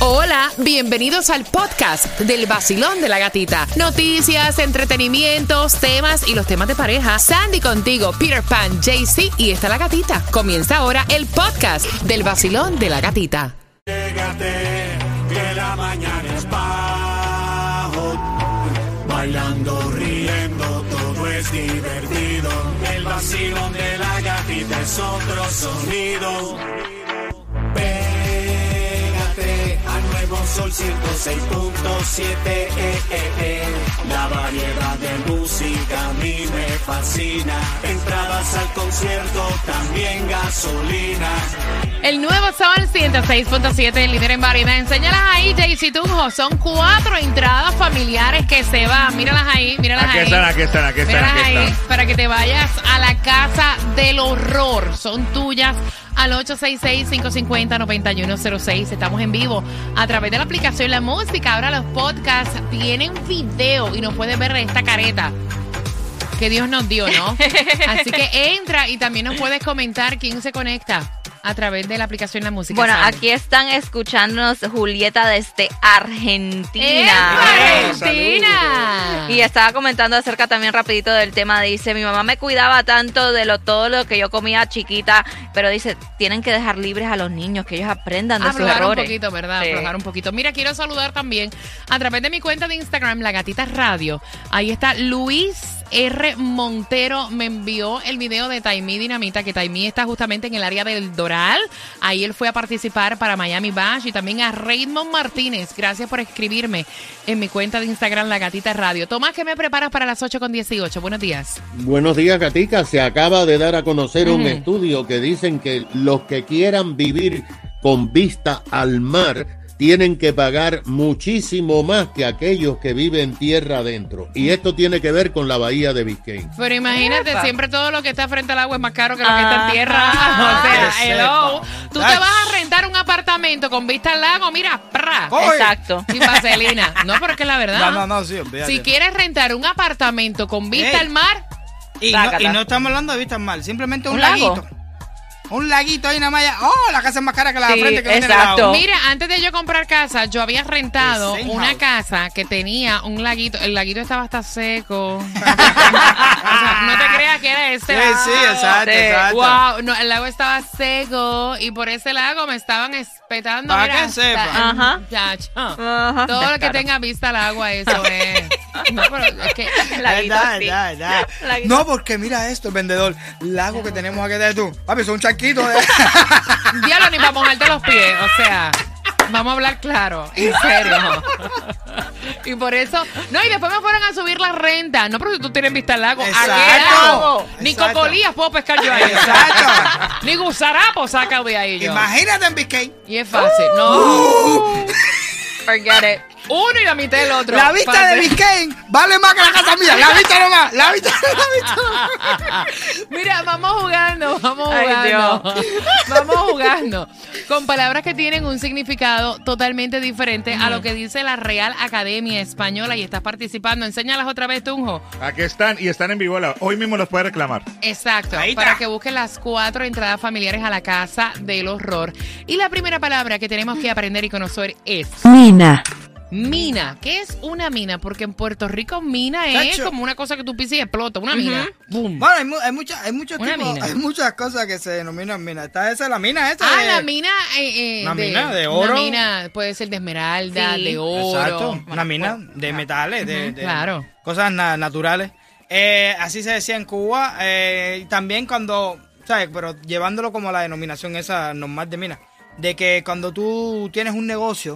Hola, bienvenidos al podcast del vacilón de la gatita. Noticias, entretenimientos, temas y los temas de pareja. Sandy contigo, Peter Pan, JC y está la gatita. Comienza ahora el podcast del vacilón de la gatita. Pégate, que la mañana es bajo. Bailando, riendo, todo es divertido. El vacilón de la gatita es otro sonido. Pégate al nuevo sol 106.7. eh, eh, eh. La variedad de música a mí me fascina. Entradas al concierto, también gasolina. El nuevo Sol 106.7, el líder en variedad. Enséñalas ahí, JC Tunjo. Son cuatro entradas familiares que se van. Míralas ahí, míralas Aquí ahí. están, aquí están, aquí están, Míralas aquí ahí están. para que te vayas a la casa del horror. Son tuyas al 866-550-9106. Estamos en vivo a través de la aplicación La Música. Ahora los podcasts tienen video y nos puedes ver esta careta que Dios nos dio, ¿no? Así que entra y también nos puedes comentar quién se conecta a través de la aplicación La Música. Bueno, Sandy. aquí están escuchándonos Julieta desde Argentina. ¡Epa! Argentina! Y estaba comentando acerca también rapidito del tema. Dice, mi mamá me cuidaba tanto de lo todo lo que yo comía chiquita, pero dice, tienen que dejar libres a los niños, que ellos aprendan de sus Aflojar un errores. poquito, ¿verdad? Sí. Aflojar un poquito. Mira, quiero saludar también a través de mi cuenta de Instagram, La Gatita Radio. Ahí está Luis R. Montero. Me envió el video de Taimí Dinamita, que Taimí está justamente en el área del Doral. Ahí él fue a participar para Miami Bash y también a Raymond Martínez. Gracias por escribirme en mi cuenta de Instagram, La Gatita Radio. Tomás, ¿qué me preparas para las 8 con 18? Buenos días. Buenos días, Gatica. Se acaba de dar a conocer un Ujú. estudio que dicen que los que quieran vivir con vista al mar tienen que pagar muchísimo más que aquellos que viven tierra adentro. Y esto tiene que ver con la bahía de Biscayne. Pero imagínate, Epa. siempre todo lo que está frente al agua es más caro que lo que está en Ah, tierra. ah, o sea, que hello. sepa. Tú te vas a rentar un apartamento con vista al lago, mira, pra. ¡Oye! Exacto. Sin vaselina. No, pero es que es la verdad. No, no, no, sí, olvídate. si quieres rentar un apartamento con vista Ey. al mar, y, no, Sácala. y no estamos hablando de vistas mal, simplemente un, Un lago. laguito. Un laguito ahí en malla. ¡Oh! La casa es más cara que la Sí, de frente que viene al exacto. lado. mira, antes de yo comprar casa, yo había rentado Same una house. casa que tenía un laguito. El laguito estaba hasta seco. o sea, no te creas que era este. Sí, sí, lago. exacto, Sí. exacto. Wow, no, el lago estaba seco y por ese lago me estaban espetando. Pa' mira, que hasta- sepa. Ajá. Chacho. Ajá. Todo lo que Claro. tenga vista al agua, eso es. No, pero es que- Laguito, Verdad, sí. verdad, verdad. Laguito. No, porque mira esto, el vendedor. Lago que tenemos aquí de tú. Papi, son ¿eh? un charquito de. diablo, ni para mojarte los pies. O sea, vamos a hablar claro, en serio. Y por eso, no, y después me fueron a subir la renta. No, porque tú tienes vista al lago. ¿A qué Exacto, lago? Ni exacto. cocolías puedo pescar yo ahí. Exacto. Ni gusarapo saca de ahí yo. Imagínate en Biscayne. Y es fácil, no. Uh, Forget it. Uno y la mitad del otro. La vista Fácil. de Biscayne vale más que la casa mía. La vista nomás. La vista, la vista. Mira, vamos jugando, vamos Ay, jugando. vamos jugando. Con palabras que tienen un significado totalmente diferente a lo que dice la Real Academia Española y estás participando. Enséñalas otra vez, Tunjo. Aquí están y están en vivo. la- Hoy mismo los puede reclamar. Exacto. Ahí está. Para que busquen las cuatro entradas familiares a la casa del horror. Y la primera palabra que tenemos que aprender y conocer es Mina, mina. ¿Qué es una mina? Porque en Puerto Rico mina es Tacho. como una cosa que tú pisas y explota. Una mina. Boom. Bueno, hay, mu- hay, mucha- hay muchos Una tipos, mina. hay muchas cosas que se denominan minas. Está esa, la mina esa. Ah, de- la mina. eh, eh, Una Este, mina de oro. Una mina puede ser de esmeralda, Sí. de oro. pues, Exacto, una mina de metales, de, Ujú, de claro. cosas na- naturales. Eh, así se decía en Cuba. eh, y también cuando, ¿sabes? Pero llevándolo como a la denominación esa normal de mina. De que cuando tú tienes un negocio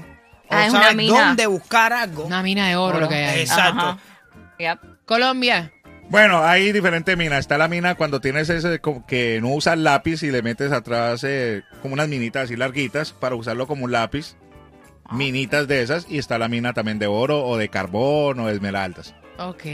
o Ah, es una sabes mina. dónde buscar algo. Una mina de oro, Oro. lo que hay. ahí. Esa. Exacto. Ajá. Yep. Colombia. Bueno, hay diferentes minas. Está la mina cuando tienes ese como que no usas lápiz y le metes atrás eh, como unas minitas así larguitas para usarlo como un lápiz. Minitas de esas. Y está la mina también de oro o de carbón o de esmeraldas. Ok.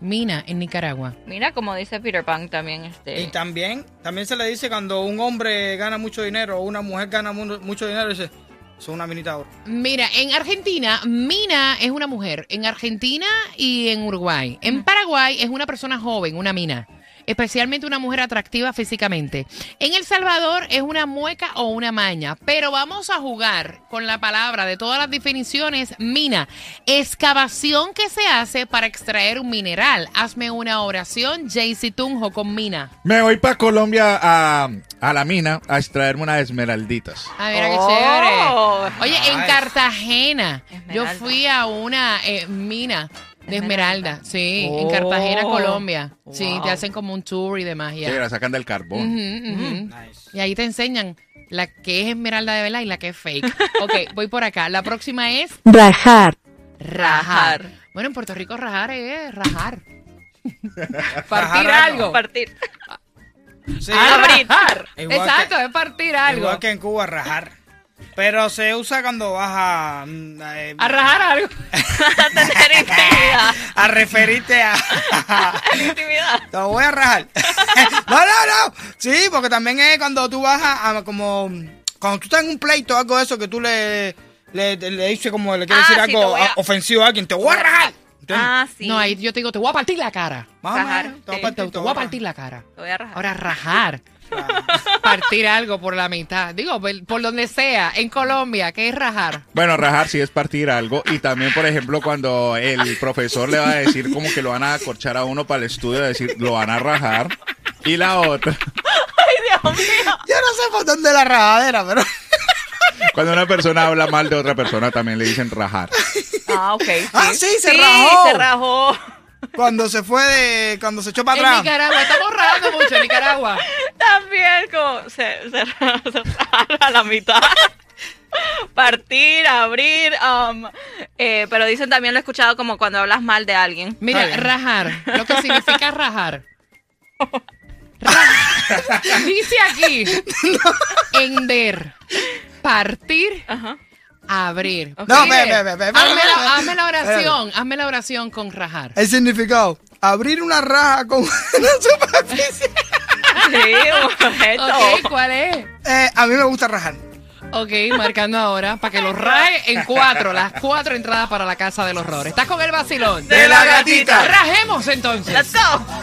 Mina en Nicaragua. Mira, como dice Peter Pan también, este. Y también, también se le dice cuando un hombre gana mucho dinero o una mujer gana mu- mucho dinero, dice, son una minita de oro. Mira, en Argentina, mina es una mujer. En Argentina y en Uruguay. En Paraguay es una persona joven, una mina. especialmente una mujer atractiva físicamente. En El Salvador es una mueca o una maña, pero vamos a jugar con la palabra de todas las definiciones. Mina, excavación que se hace para extraer un mineral. Hazme una oración, Jaycee Tunjo, con Mina. Me voy para Colombia a, a la mina a extraerme unas esmeralditas. Ah, mira Oh. qué chévere. Oye, en Nice. Cartagena, yo Esmeralda. fui a una eh, mina de Esmeralda. esmeralda, sí, en Oh. Cartagena, Colombia. Sí, te Wow. hacen como un tour y demás. ya. Que la sacan del carbón. Ujú, ujú. Nice. Y ahí te enseñan la que es esmeralda de vela y la que es fake. Ok, voy por acá. La próxima es Rajar. rajar. Rajar. Bueno, en Puerto Rico rajar es rajar. Rajar partir algo. algo. Compartir. Ah, Sí, Abrir. Igual Exacto, es partir algo. Igual que en Cuba, rajar. Pero se usa cuando vas a. mm, eh, A rajar algo. Tener intimidad. a referirte a. Intimidad. Te voy a rajar. no, no, no. Sí, porque también es cuando tú vas a, a como. Cuando tú estás en un pleito o algo de eso que tú le. Le, le dices como le quieres Ah, decir sí, te algo voy a- a- ofensivo a alguien, te voy a rajar. ¿Entiendes? Ah, sí. No, ahí yo te digo, te voy a partir la cara. Más o menos, rajar, te voy a sí. partir, Te, te voy a partir la cara. Te voy a rajar. Ah. Ahora rajar. Rajar. Partir algo por la mitad. Digo, por- por donde sea. En Colombia, ¿qué es rajar? Bueno, rajar sí es partir algo. Y también, por ejemplo, cuando el profesor le va a decir como que lo van a acorchar a uno para el estudio, decir, lo van a rajar. Y la otra, Yo no sé por dónde la rajadera, pero. cuando una persona habla mal de otra persona, también le dicen rajar. Ah, ok. Ah, sí, se rajó. se rajó. Cuando se fue de. Cuando se echó para En atrás. Nicaragua, estamos rajando mucho en Nicaragua. También como se, se, ra- se raja a la mitad. Partir, abrir. um, eh, pero dicen también, lo he escuchado como cuando hablas mal de alguien. Mira, Está bien. rajar, lo que significa rajar. Ra- Dice aquí, hender, partir, Ajá. abrir. Ok. No, Mire, ve, ve, ve, ve, ve, hazme, ve, ve. la, hazme la oración, hazme la oración con rajar. El significado: abrir una raja con una superficie. Sí, correcto. Ok, ¿cuál es? Eh, a mí me gusta rajar. Ok, marcando ahora para que los raje en cuatro, las cuatro entradas para la casa del horror. Estás con el vacilón. De la gatita. Rajemos entonces. Let's go.